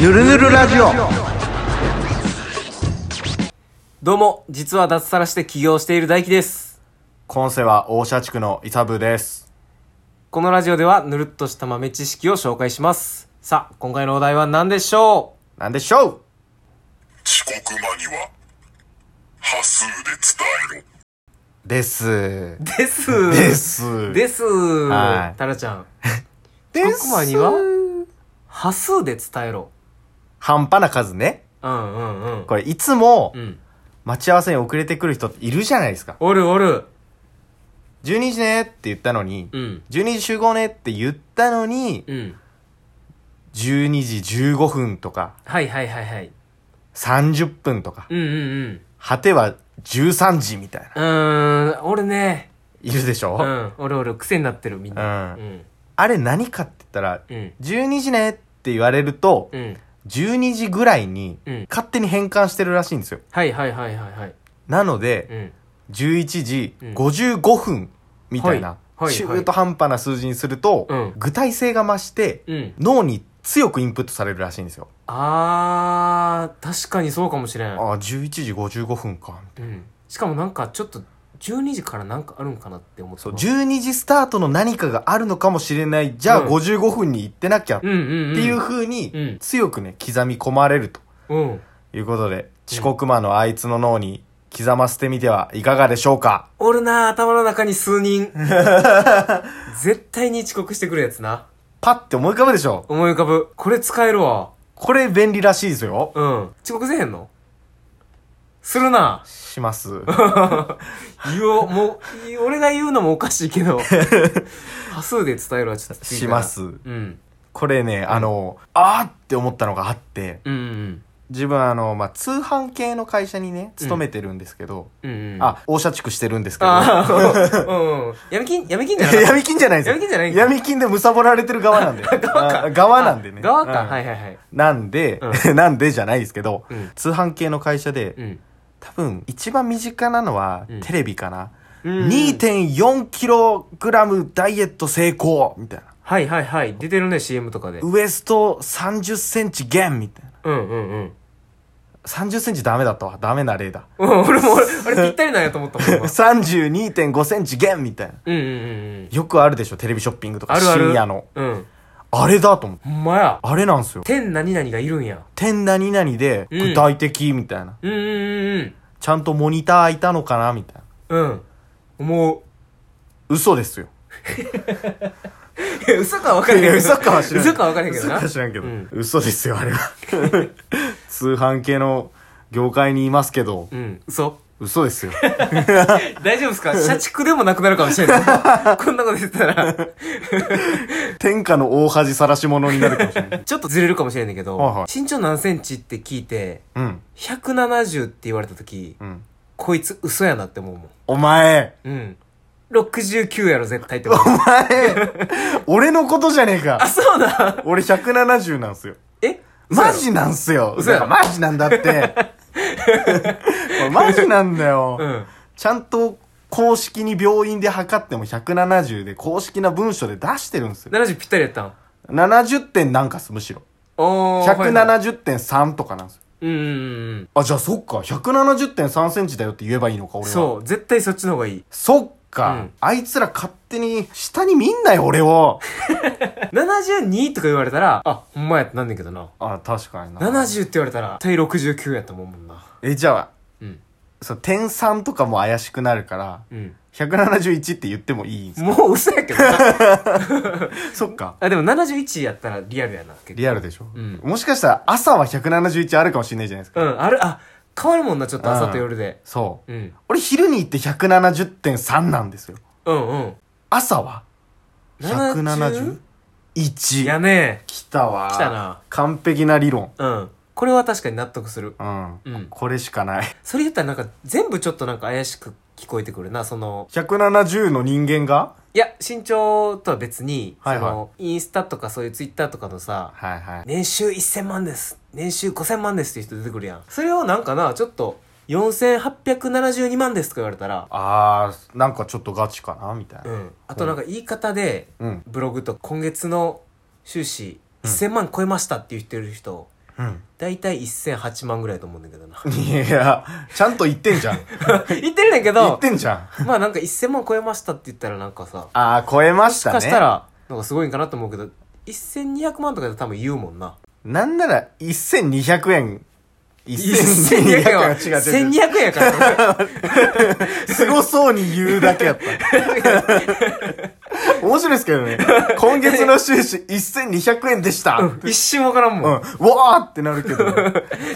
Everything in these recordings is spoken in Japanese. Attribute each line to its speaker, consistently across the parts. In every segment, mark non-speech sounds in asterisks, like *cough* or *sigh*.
Speaker 1: ぬるぬるラジオ
Speaker 2: どうも、実は脱サラして起業している大輝です。
Speaker 3: 今世は大社地区のイサブです。
Speaker 2: このラジオではぬるっとした豆知識を紹介します。さあ、今回のお題は何でしょ
Speaker 3: なんでしょう
Speaker 4: 遅刻間には、波数で伝えろ。
Speaker 3: です。
Speaker 2: うです。
Speaker 3: です。
Speaker 2: です。
Speaker 3: はい
Speaker 2: タラちゃん。
Speaker 3: で
Speaker 2: 遅刻間には波数で伝えろ。
Speaker 3: 半端な数ね。
Speaker 2: うんうんうん。
Speaker 3: これいつも
Speaker 2: うん。
Speaker 3: 待ち合わせに遅れてくる人いるじゃないですか。
Speaker 2: おるおる。
Speaker 3: 12時ねって言ったのに、
Speaker 2: うん。
Speaker 3: 12時集合ねって言ったのに、
Speaker 2: うん。
Speaker 3: 12時15分とか、
Speaker 2: はいはいはいはい。
Speaker 3: 30分とか、
Speaker 2: うんうんうん。
Speaker 3: 果ては13時みたいな。
Speaker 2: うーん、俺ね。
Speaker 3: いるでしょ、
Speaker 2: うん。俺俺癖になってるみんな。。
Speaker 3: うんあれ何かって言ったら、
Speaker 2: うん。
Speaker 3: 12時ねって言われると、
Speaker 2: うん。
Speaker 3: 12時ぐらいに
Speaker 2: うん
Speaker 3: 勝手に変換してるらしいんですよ。
Speaker 2: はいはいはいはいはい。
Speaker 3: なので
Speaker 2: う、ん。
Speaker 3: 11時
Speaker 2: うん
Speaker 3: 55分みたいな、
Speaker 2: はいはい
Speaker 3: 中途半端な数字にすると、
Speaker 2: うん
Speaker 3: 具体性が増して、
Speaker 2: うん。
Speaker 3: 脳に強くインプットされるらしいんですよ。
Speaker 2: あー、確かにそうかもしれん。
Speaker 3: ああ、11時55分か。
Speaker 2: うん。しかもなんかちょっと、12時からなんかあるんかなって思って
Speaker 3: そう、
Speaker 2: た。
Speaker 3: 12時スタートの何かがあるのかもしれない。じゃ
Speaker 2: う
Speaker 3: あ
Speaker 2: ん
Speaker 3: 55分に行ってなきゃって
Speaker 2: うんうんうん。
Speaker 3: いう風
Speaker 2: うん
Speaker 3: に強くね、刻み込まれると
Speaker 2: うん。
Speaker 3: いうことで、遅刻魔のあいつの脳に刻ませてみてはいかがでしょうか
Speaker 2: おるな頭の中に
Speaker 3: *laughs*
Speaker 2: 数人。絶対に遅刻してくるやつな。
Speaker 3: パッて思い浮かぶでしょ
Speaker 2: 思い浮かぶ。これ使えるわ。
Speaker 3: これ便利らしいですよ。
Speaker 2: うん。遅刻せえへんのするな。
Speaker 3: し
Speaker 2: *laughs*
Speaker 3: ます。
Speaker 2: 言おう、もう、い俺が言うのもおかしいけ
Speaker 3: *laughs*
Speaker 2: ど。波数で伝えるはちょっときつい
Speaker 3: し
Speaker 2: から
Speaker 3: ます
Speaker 2: うん。
Speaker 3: これね、あの、あーって思ったのがあって、
Speaker 2: うんうん
Speaker 3: 自分あの、まあ、通販系の会社にね、勤めてるんですけど、
Speaker 2: うん。うんうん。
Speaker 3: あ、大社地区してるんですけど、
Speaker 2: あー、うんうん。闇金闇金じゃなかった
Speaker 3: *laughs* 闇金じゃないですよ。
Speaker 2: 闇金じゃないんか
Speaker 3: 闇金で貪られてる側なんで。
Speaker 2: *laughs*
Speaker 3: 側か。側なんでね。
Speaker 2: 側か、
Speaker 3: うん
Speaker 2: はいはいはい。
Speaker 3: なんで、*laughs*
Speaker 2: う
Speaker 3: なんでじゃないですけど、
Speaker 2: うん
Speaker 3: 通販系の会社で、
Speaker 2: うん。
Speaker 3: 多分一番身近なのは
Speaker 2: うん
Speaker 3: テレビかな。
Speaker 2: うん
Speaker 3: 2.4キログラムダイエット成功みたいな。
Speaker 2: はいはいはい。出てるね、CM とかで。うん
Speaker 3: ウエスト30センチ減みたいな。
Speaker 2: うんうん。
Speaker 3: 30センチダメだったわ。ダメな例だ。
Speaker 2: うん、俺も、俺、俺ぴったりなんやと思ったもん
Speaker 3: *laughs*
Speaker 2: 今。
Speaker 3: 32.5センチ減みたいな。
Speaker 2: うんうんうんうん。
Speaker 3: よくあるでしょ、テレビショッピングとか。
Speaker 2: あるある。
Speaker 3: 深夜の。
Speaker 2: うん。
Speaker 3: あれだと思って。
Speaker 2: ほんまや。
Speaker 3: あれなんですよ。
Speaker 2: 天何々がいるんや。
Speaker 3: 点何々で、
Speaker 2: うん
Speaker 3: 具体的みたいな。
Speaker 2: うんうん
Speaker 3: ちゃんとモニターいたのかなみたいな。
Speaker 2: うんうん。うん。も
Speaker 3: 嘘ですよ。
Speaker 2: う、いや嘘かは分からへんけど。
Speaker 3: 嘘かは知らん
Speaker 2: 嘘かは分からへんけど
Speaker 3: 嘘
Speaker 2: な。
Speaker 3: か知らんけど
Speaker 2: うん。
Speaker 3: 嘘ですよ、あれは。 *laughs* 通販系の業界にいますけど、
Speaker 2: うん、嘘。
Speaker 3: 嘘ですよ。
Speaker 2: 大丈夫ですか社畜でもなくなるかもしれない。こんな *laughs* こと言ってたら、
Speaker 3: 天下の大恥さらし者になるかもしれない。
Speaker 2: ちょっとずれるかもしれないけど、
Speaker 3: はいはい
Speaker 2: 身長何センチって聞いて、
Speaker 3: うん。
Speaker 2: 170って言われた時、
Speaker 3: うん。
Speaker 2: こいつ嘘やなって思うもん。
Speaker 3: お前、
Speaker 2: うん。69やろ、絶対って *laughs* 思う。
Speaker 3: 俺のことじゃねえ
Speaker 2: あ、
Speaker 3: か。
Speaker 2: そうだ
Speaker 3: 俺170なんすよ。
Speaker 2: え
Speaker 3: マジなんすよ。
Speaker 2: 嘘や
Speaker 3: だ
Speaker 2: ろ
Speaker 3: からマジなんだって。こ
Speaker 2: *laughs*
Speaker 3: れマジなんだよ、
Speaker 2: うん。
Speaker 3: ちゃんと公式に病院で測っても170で公式な文書で出してるんですよ。
Speaker 2: 70ぴったりやったん
Speaker 3: 70点なんかっす、むしろ。
Speaker 2: おー。はい
Speaker 3: 170.3とかなんですよ。
Speaker 2: うんうん
Speaker 3: あ、じゃあそっか。170.3センチだよって言えばいいのか、
Speaker 2: うん。
Speaker 3: 俺は。
Speaker 2: そう。絶対そっちの方がいい。 *laughs*
Speaker 3: そっか、
Speaker 2: うん
Speaker 3: あいつら勝手に下に見んなよ、俺
Speaker 2: *laughs*
Speaker 3: を。
Speaker 2: 72とか言われたら、あ、ほんまやってなんねんけどな。
Speaker 3: あ、確かにな。
Speaker 2: 70って言われたら、対69やと思うもんな。
Speaker 3: え、じゃあ、
Speaker 2: うん。
Speaker 3: そう、点3とかも怪しくなるから、
Speaker 2: うん。
Speaker 3: 171って言ってもいいんです
Speaker 2: もう嘘やけどな。 *laughs*
Speaker 3: そっか。
Speaker 2: あ、でも71やったらリアルやな。結構
Speaker 3: リアルでしょ、
Speaker 2: うん
Speaker 3: もしかしたら朝は171あるかもしれないじゃないですか。
Speaker 2: うん。ある、あ、変わるもんな、ちょっと朝と夜で。
Speaker 3: そう。
Speaker 2: うん。
Speaker 3: 俺昼に行って170.3なんですよ。
Speaker 2: うんうん。
Speaker 3: 朝は
Speaker 2: 70? や
Speaker 3: ?171。
Speaker 2: ね
Speaker 3: 来たわ。
Speaker 2: 来たな。
Speaker 3: 完璧な理論。
Speaker 2: え。うん。これは確かに納得する。
Speaker 3: うん。
Speaker 2: うん
Speaker 3: これしかない。
Speaker 2: それ言ったらなんか全部ちょっとなんか怪しく聞こえてくるな、その、
Speaker 3: 170の人間が
Speaker 2: いや、身長とは別に、
Speaker 3: はいはい
Speaker 2: その、インスタとかそういうツイッターとかのさ、
Speaker 3: はいはい。
Speaker 2: 年収1000万です。年収5000万ですっていう人出てくるやん。それをなんかな、ちょっと、4872万ですとか言われたら、
Speaker 3: あー、なんかちょっとガチかなみたいな。
Speaker 2: うん。あとなんか言い方で、
Speaker 3: うん。
Speaker 2: ブログと今月の収支1000万超えましたって言ってる人、
Speaker 3: うん。
Speaker 2: だいたい1008万ぐらいだと思うんだけど
Speaker 3: *laughs*
Speaker 2: な
Speaker 3: いや、ちゃんと言ってんじゃん。
Speaker 2: 言ってるねんけ
Speaker 3: 言っ
Speaker 2: *laughs* ど
Speaker 3: てんじゃん。
Speaker 2: まあなんか1000万超えましたって言ったらなんかさ
Speaker 3: ああ、超えまし
Speaker 2: も
Speaker 3: たね。
Speaker 2: しかしたらなんかすごいんかなと思うけど1200万とかで多分言うもんな
Speaker 3: なんなら、1200円。
Speaker 2: 1200
Speaker 3: 1200
Speaker 2: 円は
Speaker 3: 違う違う
Speaker 2: 1200
Speaker 3: 違う。
Speaker 2: 円やから
Speaker 3: すごそうに言うだけやった。面白いですけどね。今月の収支1200円でした。うん。
Speaker 2: 一瞬わからんもん、
Speaker 3: わーってなるけど。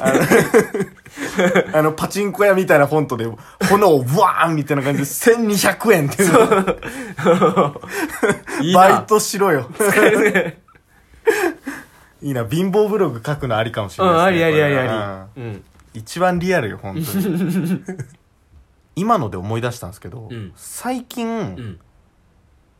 Speaker 3: あの *laughs* あの、パチンコ屋みたいなフォントで、炎をわーんみたいな感じで1200円っていうの
Speaker 2: いいな
Speaker 3: バイトしろ
Speaker 2: *laughs*
Speaker 3: よ。いいな、貧乏ブログ書くのありかもし
Speaker 2: う
Speaker 3: れない
Speaker 2: んあ
Speaker 3: です
Speaker 2: り
Speaker 3: ね
Speaker 2: ありあり
Speaker 3: これ
Speaker 2: ありうん
Speaker 3: うん一番リアルよ、本当に。 *laughs* 今ので思い出したんですけど、
Speaker 2: うん
Speaker 3: 最近、
Speaker 2: うん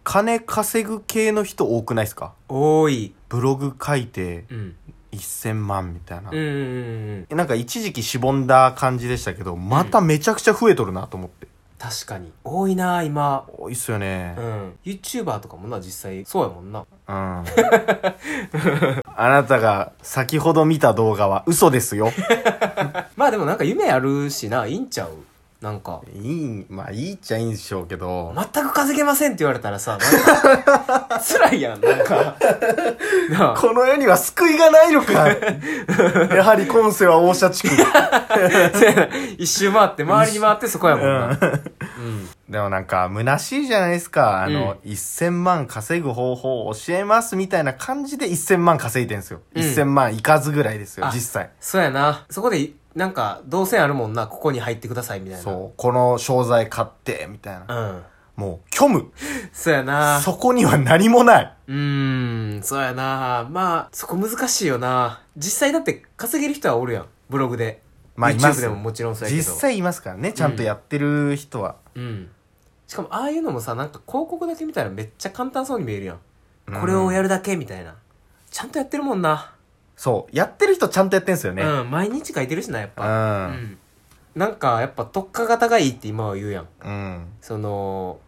Speaker 3: 金稼ぐ系の人多くないですか
Speaker 2: 多い
Speaker 3: ブログ書いて
Speaker 2: うん
Speaker 3: 1000万みたいな。
Speaker 2: うんうんうんうん
Speaker 3: なんか一時期しぼんだ感じでしたけど、まためちゃくちゃ増えとるなと思って。
Speaker 2: 確かに多いな今
Speaker 3: 多いっすよね
Speaker 2: う。ん YouTuber とかもな実際そうやもんな
Speaker 3: うん。 *laughs* あなたが先ほど見た動画は嘘ですよ。
Speaker 2: まあでもなんか夢あるしないいんちゃうなんか
Speaker 3: いい、まあいいっちゃいいんでしょうけど、
Speaker 2: 全く稼げませんって言われたらさなん
Speaker 3: *laughs*
Speaker 2: か辛いやんなんかなあ
Speaker 3: この世には救いがないの
Speaker 2: *laughs*
Speaker 3: かやはり今世は大社地区。
Speaker 2: *laughs* 一周回って周りに回ってそこやもんなうん
Speaker 3: でもなんか、虚しいじゃないですか。あの、
Speaker 2: う
Speaker 3: 1000万稼ぐ方法を教えますみたいな感じで1000万稼いでんすよ。
Speaker 2: うん
Speaker 3: 1000万いかずぐらいですよ
Speaker 2: あ、
Speaker 3: 実際。
Speaker 2: そうやなそこでなんか動線あるもんなここに入ってくださいみたいな
Speaker 3: そう、この商材買って、みたいな。
Speaker 2: ん
Speaker 3: もう、虚無。
Speaker 2: そうやな
Speaker 3: そこには何もない。
Speaker 2: うーん、そうやなまあ、そこ難しいよな実際だって稼げる人はおるやん。ブログで。
Speaker 3: まあいます
Speaker 2: YouTube でももちろんそうやけ
Speaker 3: 実
Speaker 2: ど。
Speaker 3: 際いますからね、ちゃんとやってる人は。
Speaker 2: うん。しかも、ああいうのもさ、なんか広告だけ見たらめっちゃ簡単そうに見えるやん。
Speaker 3: うん
Speaker 2: これをやるだけみたいな。ちゃんとやってるもんな。
Speaker 3: そう、やってる人ちゃんとやってんすよね。
Speaker 2: うん、毎日書いてるしな、やっ
Speaker 3: う。
Speaker 2: ぱ。うんん。なんか、やっぱ特化型がいいって今は言うやん。
Speaker 3: うん。
Speaker 2: その、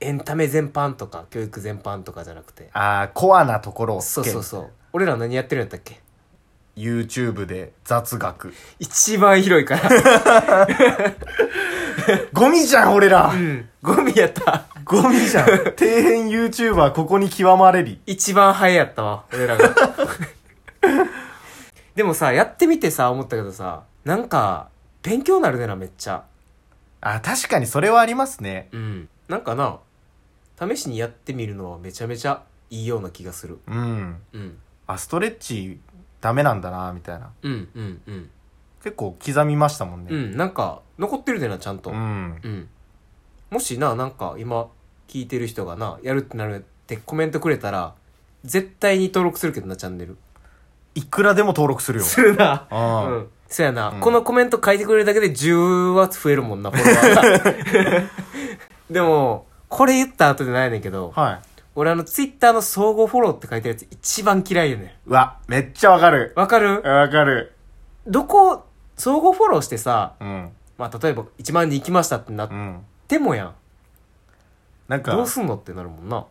Speaker 2: エンタメ全般とか、教育全般とかじゃなくて。
Speaker 3: ああ、コアなところをつけ
Speaker 2: そうそうそう。俺ら何やってるんやったっけ
Speaker 3: YouTube で雑学。
Speaker 2: 一番広いから。
Speaker 3: ゴミじゃん、俺ら
Speaker 2: う。ん。 *laughs* ゴミやった。
Speaker 3: ゴミ
Speaker 2: *laughs*
Speaker 3: じゃん。底辺 YouTuber ここに極まれり。
Speaker 2: 一番早やったわ、俺ら *laughs* が。でもさ、やってみてさ、思ったけどさ、なんか、勉強なるでな、めっちゃ。
Speaker 3: あ、確かにそれはありますね。
Speaker 2: うん。なんかな、試しにやってみるのはめちゃめちゃいいような気がする。
Speaker 3: うん。
Speaker 2: うん。
Speaker 3: あ、ストレッチダメなんだな、みたいな。
Speaker 2: うん、うん、うん。
Speaker 3: 結構刻みましたもん
Speaker 2: う
Speaker 3: ね。
Speaker 2: ん、なんか、残ってるでな、ちゃんと。
Speaker 3: ん。
Speaker 2: うん。もしな、なんか、今、聞いてる人がな、やるってなるってコメントくれたら、絶対に登録するけどな、チャン
Speaker 3: *laughs*
Speaker 2: ネル。
Speaker 3: いくらでも登録するよ。
Speaker 2: するな。
Speaker 3: う。
Speaker 2: うんん。そやな、
Speaker 3: うん
Speaker 2: このコメント書いてくれるだけで10は増えるもんな、フォロワーが。
Speaker 3: *laughs*
Speaker 2: でも、これ言った後でないねんけど、
Speaker 3: はい。
Speaker 2: 俺あの、ツイッターの相互フォローって書いてるやつ一番嫌いよね
Speaker 3: うわ、めっちゃわかる
Speaker 2: ん。。わかる
Speaker 3: わかる。
Speaker 2: どこ、相互フォローしてさ、
Speaker 3: うん。
Speaker 2: まあ、例えば1万人行きましたってなっ
Speaker 3: うん。
Speaker 2: てもやん。
Speaker 3: なんか
Speaker 2: どう、すんのってなるもんな。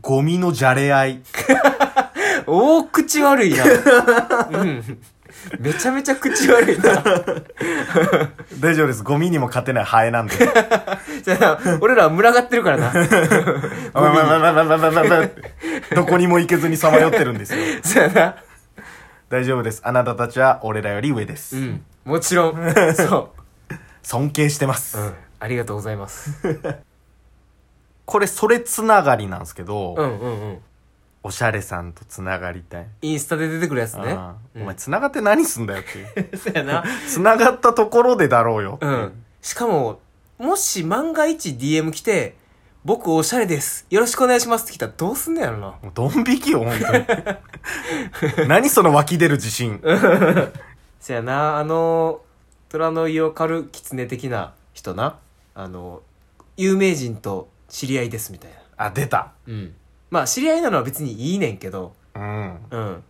Speaker 3: ゴミのじゃれ合い。 *laughs*
Speaker 2: 大口悪いな。うん。めちゃめちゃ口悪いな。
Speaker 3: 大丈夫です。ゴミにも勝てないハエなんで。
Speaker 2: *laughs* そやな俺らは群がってるからな。
Speaker 3: あまあまあまあまあまあまあまあまあ *laughs* どこにも行けずにさまよってるんですよ。
Speaker 2: そやな。
Speaker 3: 大丈夫です。あなたたちは俺らより上です。
Speaker 2: うん。もちろん。そう。
Speaker 3: 尊敬してます。
Speaker 2: うん、ありがとうございます。
Speaker 3: これ、それつながりなんですけど、
Speaker 2: うんうんうん。
Speaker 3: おしゃれさんとつながりたい。
Speaker 2: インスタで出てくるやつね
Speaker 3: あ。ー
Speaker 2: うん
Speaker 3: お前、つながって何すんだよっていう。
Speaker 2: そうやな。
Speaker 3: つながったところでだろうよっていうう。
Speaker 2: ん。しかも、もし万が一 DM 来て、僕おしゃれです。よろしくお願いしますって来たらどうすんのやろな。
Speaker 3: もうドン引きよ、本当
Speaker 2: *laughs*
Speaker 3: に。何その湧き出る自信。
Speaker 2: そやな、あの、虎の胃を狩る狐的な人な。あの、有名人と知り合いですみたいな。
Speaker 3: あ、出た。
Speaker 2: うん。まあ、知り合いなのは別にいいねんけど、
Speaker 3: うん。
Speaker 2: うん。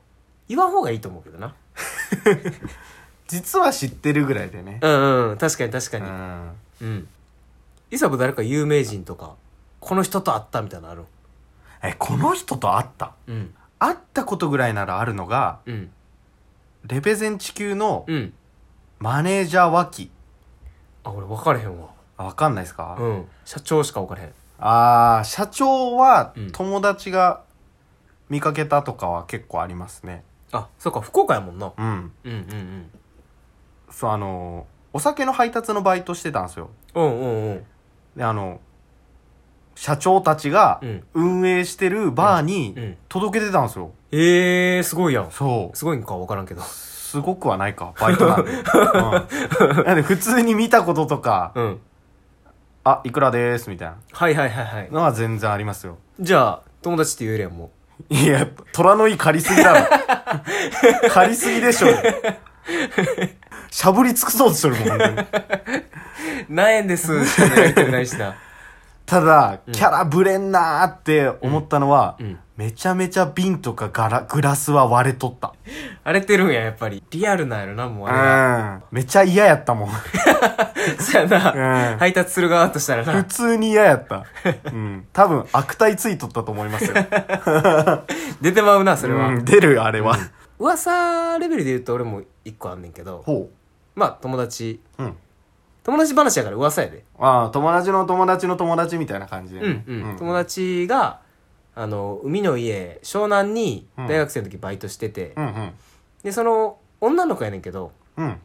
Speaker 2: 言わん方がいいと思うけどな。
Speaker 3: 実は知ってるぐらいでね。
Speaker 2: うんうん。確かに確か
Speaker 3: う
Speaker 2: に。
Speaker 3: ん。
Speaker 2: うん。イサブ誰か有名人とか、この人と会ったみたいなのある
Speaker 3: え、この人と会った
Speaker 2: うん。
Speaker 3: 会ったことぐらいならあるのが、
Speaker 2: うん。
Speaker 3: レペゼン地球の
Speaker 2: うん
Speaker 3: マネージャー脇。
Speaker 2: あ俺分かれへんわ
Speaker 3: あわかんないですか、
Speaker 2: うん社長しか分かれへん
Speaker 3: ああ、社長は
Speaker 2: うん
Speaker 3: 友達が見かけたとかは結構ありますね。
Speaker 2: あそうか福岡やもんな
Speaker 3: うん。
Speaker 2: うんうんうん
Speaker 3: そう、あの、お酒の配達のバイトしてたんですよ。
Speaker 2: うんうんうん
Speaker 3: で、あの、社長たちが
Speaker 2: うん
Speaker 3: 運営してるバー
Speaker 2: う
Speaker 3: に
Speaker 2: ん
Speaker 3: 届けてたんですよ。
Speaker 2: えー、すごいやん
Speaker 3: そう。
Speaker 2: すごいんか分からんけど
Speaker 3: すごくはないか、バイトなん
Speaker 2: *laughs*
Speaker 3: で。うん、なんで普通に見たこととか、
Speaker 2: うん
Speaker 3: あ、いくらでーす、みたいな
Speaker 2: はいはいはいはい
Speaker 3: のは全然ありますよ。
Speaker 2: じゃあ友達って言えるやんも
Speaker 3: いや、虎の胃借りすぎだ
Speaker 2: *laughs*
Speaker 3: ろ。借りすぎでしょ。しゃぶり尽くそうとしてるもん、本当に。
Speaker 2: う *laughs* 何円ですしか言ってないしな
Speaker 3: ただ、キャラぶれんなーって思ったのは、
Speaker 2: うんうん
Speaker 3: めちゃめちゃ瓶とかガラグラスは割れとった。
Speaker 2: *laughs* 荒れてるんややっぱりリアルなんやろなもうあれが
Speaker 3: うん。めちゃ嫌やったもん。
Speaker 2: *laughs* そうやな、
Speaker 3: うん
Speaker 2: 配達する側としたら
Speaker 3: 普
Speaker 2: な
Speaker 3: 通に嫌や
Speaker 2: *laughs*
Speaker 3: った。うん。多分、悪態ついとったと思いますよ。
Speaker 2: 出てまうなそれは、
Speaker 3: うん、出る、あれは。
Speaker 2: 噂レベルで言うと俺も一個あんねんけど
Speaker 3: ほ
Speaker 2: まあ友達
Speaker 3: う。うん。
Speaker 2: 友達話やから噂やで
Speaker 3: ああ、友達の友達の友達みたいな感じで。
Speaker 2: うんうん、友。達があの海の家湘南に大学生の時バイトしてて、
Speaker 3: うんうん。
Speaker 2: でその女の子やねんけど
Speaker 3: うん。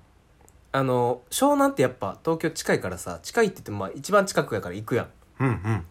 Speaker 2: あの湘南ってやっぱ東京近いからさ近いって言ってもまあ一番近くやから行くやん
Speaker 3: うんうん。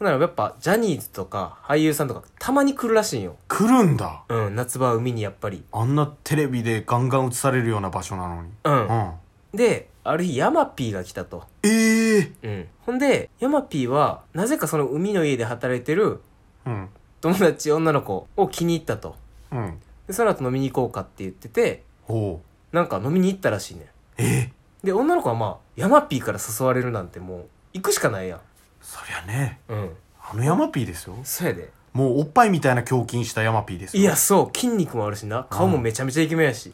Speaker 2: ほんならやっぱジャニーズとか俳優さんとかたまに来るらしいんよ、
Speaker 3: 来るんだ。
Speaker 2: うん、夏場は海にやっぱり
Speaker 3: あんなテレビでガンガン映されるような場所なのに。
Speaker 2: うん、
Speaker 3: うん。
Speaker 2: である日ヤマピーが来たと、
Speaker 3: ええ
Speaker 2: うん、ほんでヤマピーはなぜかその海の家で働いてる
Speaker 3: うん。
Speaker 2: 友達女の子を気に入ったと
Speaker 3: うん。
Speaker 2: でその後飲みに行こうかって言ってて
Speaker 3: ほう。
Speaker 2: なんか飲みに行ったらしいねん
Speaker 3: ええ
Speaker 2: で女の子はまあヤマピーから誘われるなんてもう行くしかないやん
Speaker 3: そりゃね、
Speaker 2: うん
Speaker 3: あのヤマピーですよ。
Speaker 2: そやで
Speaker 3: もうおっぱいみたいな胸筋したヤマピーですよ。
Speaker 2: いや。そう筋肉もあるしな顔もめちゃめちゃイケメンやし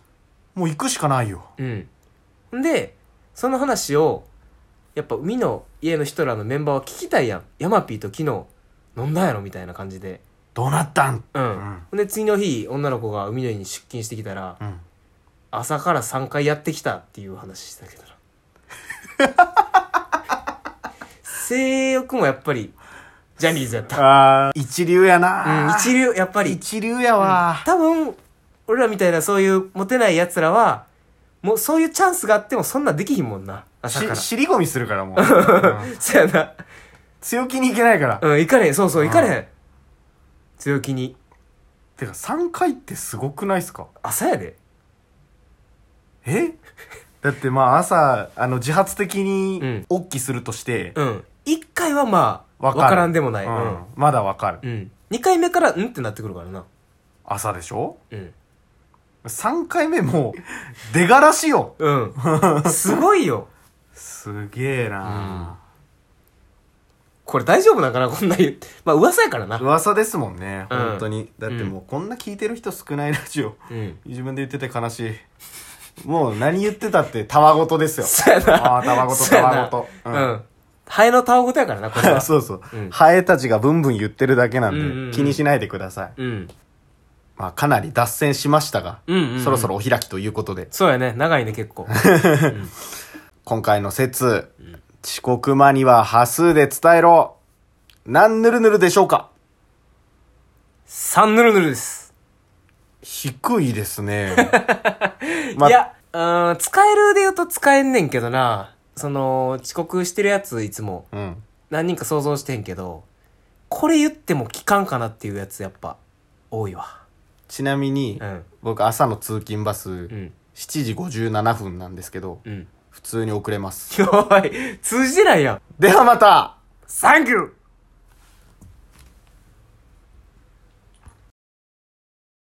Speaker 3: もう行くしかないよ。
Speaker 2: うん、ん、でその話をやっぱ海の家の人らのメンバーは聞きたいやんヤマピーと昨日飲んだやろみたいな感じで
Speaker 3: どうなったん
Speaker 2: うん、
Speaker 3: うん
Speaker 2: ほん、で次の日女の子が海の家に出勤してきたら、
Speaker 3: うん。
Speaker 2: 朝から3回やってきたっていう話してたけどな
Speaker 3: *laughs*
Speaker 2: 性欲もやっぱりジャニーズやった、
Speaker 3: ああ、一流や
Speaker 2: うん、
Speaker 3: な、
Speaker 2: 一流やっぱり
Speaker 3: 一流やわ、
Speaker 2: 多分俺らみたいなそういうモテない奴らはもうそういうチャンスがあってもそんなできひんもんな朝から
Speaker 3: し、尻込みするからもう、う
Speaker 2: *laughs*
Speaker 3: ん
Speaker 2: そうやな
Speaker 3: 強気にいけないから。
Speaker 2: うん行かれへんそうそう行かれへん強気に
Speaker 3: てか、3回ってすごくないっすか
Speaker 2: 朝やで
Speaker 3: えだってまあ朝、あの、自発的
Speaker 2: う
Speaker 3: に
Speaker 2: ん、
Speaker 3: おっきするとして、
Speaker 2: うん1回はまあ
Speaker 3: わ
Speaker 2: わ
Speaker 3: かる
Speaker 2: からんでもない
Speaker 3: うん
Speaker 2: うん、
Speaker 3: まだわかる。
Speaker 2: うん、2回目からうんってなってくるからな
Speaker 3: 朝でしょ
Speaker 2: うん
Speaker 3: 3回目
Speaker 2: *laughs*
Speaker 3: もう、出がらしよ
Speaker 2: うんすごいよ
Speaker 3: すげえな、
Speaker 2: これ大丈夫なんかなこんなん言って。まあ噂やからな。
Speaker 3: 噂ですもんね、
Speaker 2: うん
Speaker 3: 本当に。だってもうこんな聞いてる人少ないラジオ。
Speaker 2: うん。
Speaker 3: 自分で言ってて悲しい。もう何言ってたって、たわごとですよ。
Speaker 2: そうやな。
Speaker 3: ああ、たわごと、
Speaker 2: そう
Speaker 3: た
Speaker 2: やな
Speaker 3: わごと。
Speaker 2: う。ん。ハエのタオごとやからな、これは。
Speaker 3: *laughs* そうそう
Speaker 2: うん。
Speaker 3: ハエたちがブンブン言ってるだけな
Speaker 2: うんうんうんん
Speaker 3: で、気にしないでください。
Speaker 2: うん。
Speaker 3: まあ、かなり脱線しましたが、
Speaker 2: うんうんうん
Speaker 3: そろそろお開きということで、
Speaker 2: そうやね。長いね、結構。
Speaker 3: 今回の説、遅刻間には波数で伝えろ。何ぬるぬるでしょうか
Speaker 2: 3ぬるぬるです。
Speaker 3: 低いです
Speaker 2: *laughs*
Speaker 3: ね。
Speaker 2: いや、うん、使えるで言うと使えんねんけどな。その、遅刻してるやついつも
Speaker 3: うん。
Speaker 2: 何人か想像してんけど、これ言っても聞かんかなっていうやつやっぱ多いわ。
Speaker 3: ちなみに、
Speaker 2: うん。
Speaker 3: 僕朝の通勤バス、
Speaker 2: うん。
Speaker 3: 7時57分なんですけど、
Speaker 2: うん。 *laughs*
Speaker 3: 普通に遅れます。
Speaker 2: おい、通じてないやん。
Speaker 3: ではまた
Speaker 2: サンキュー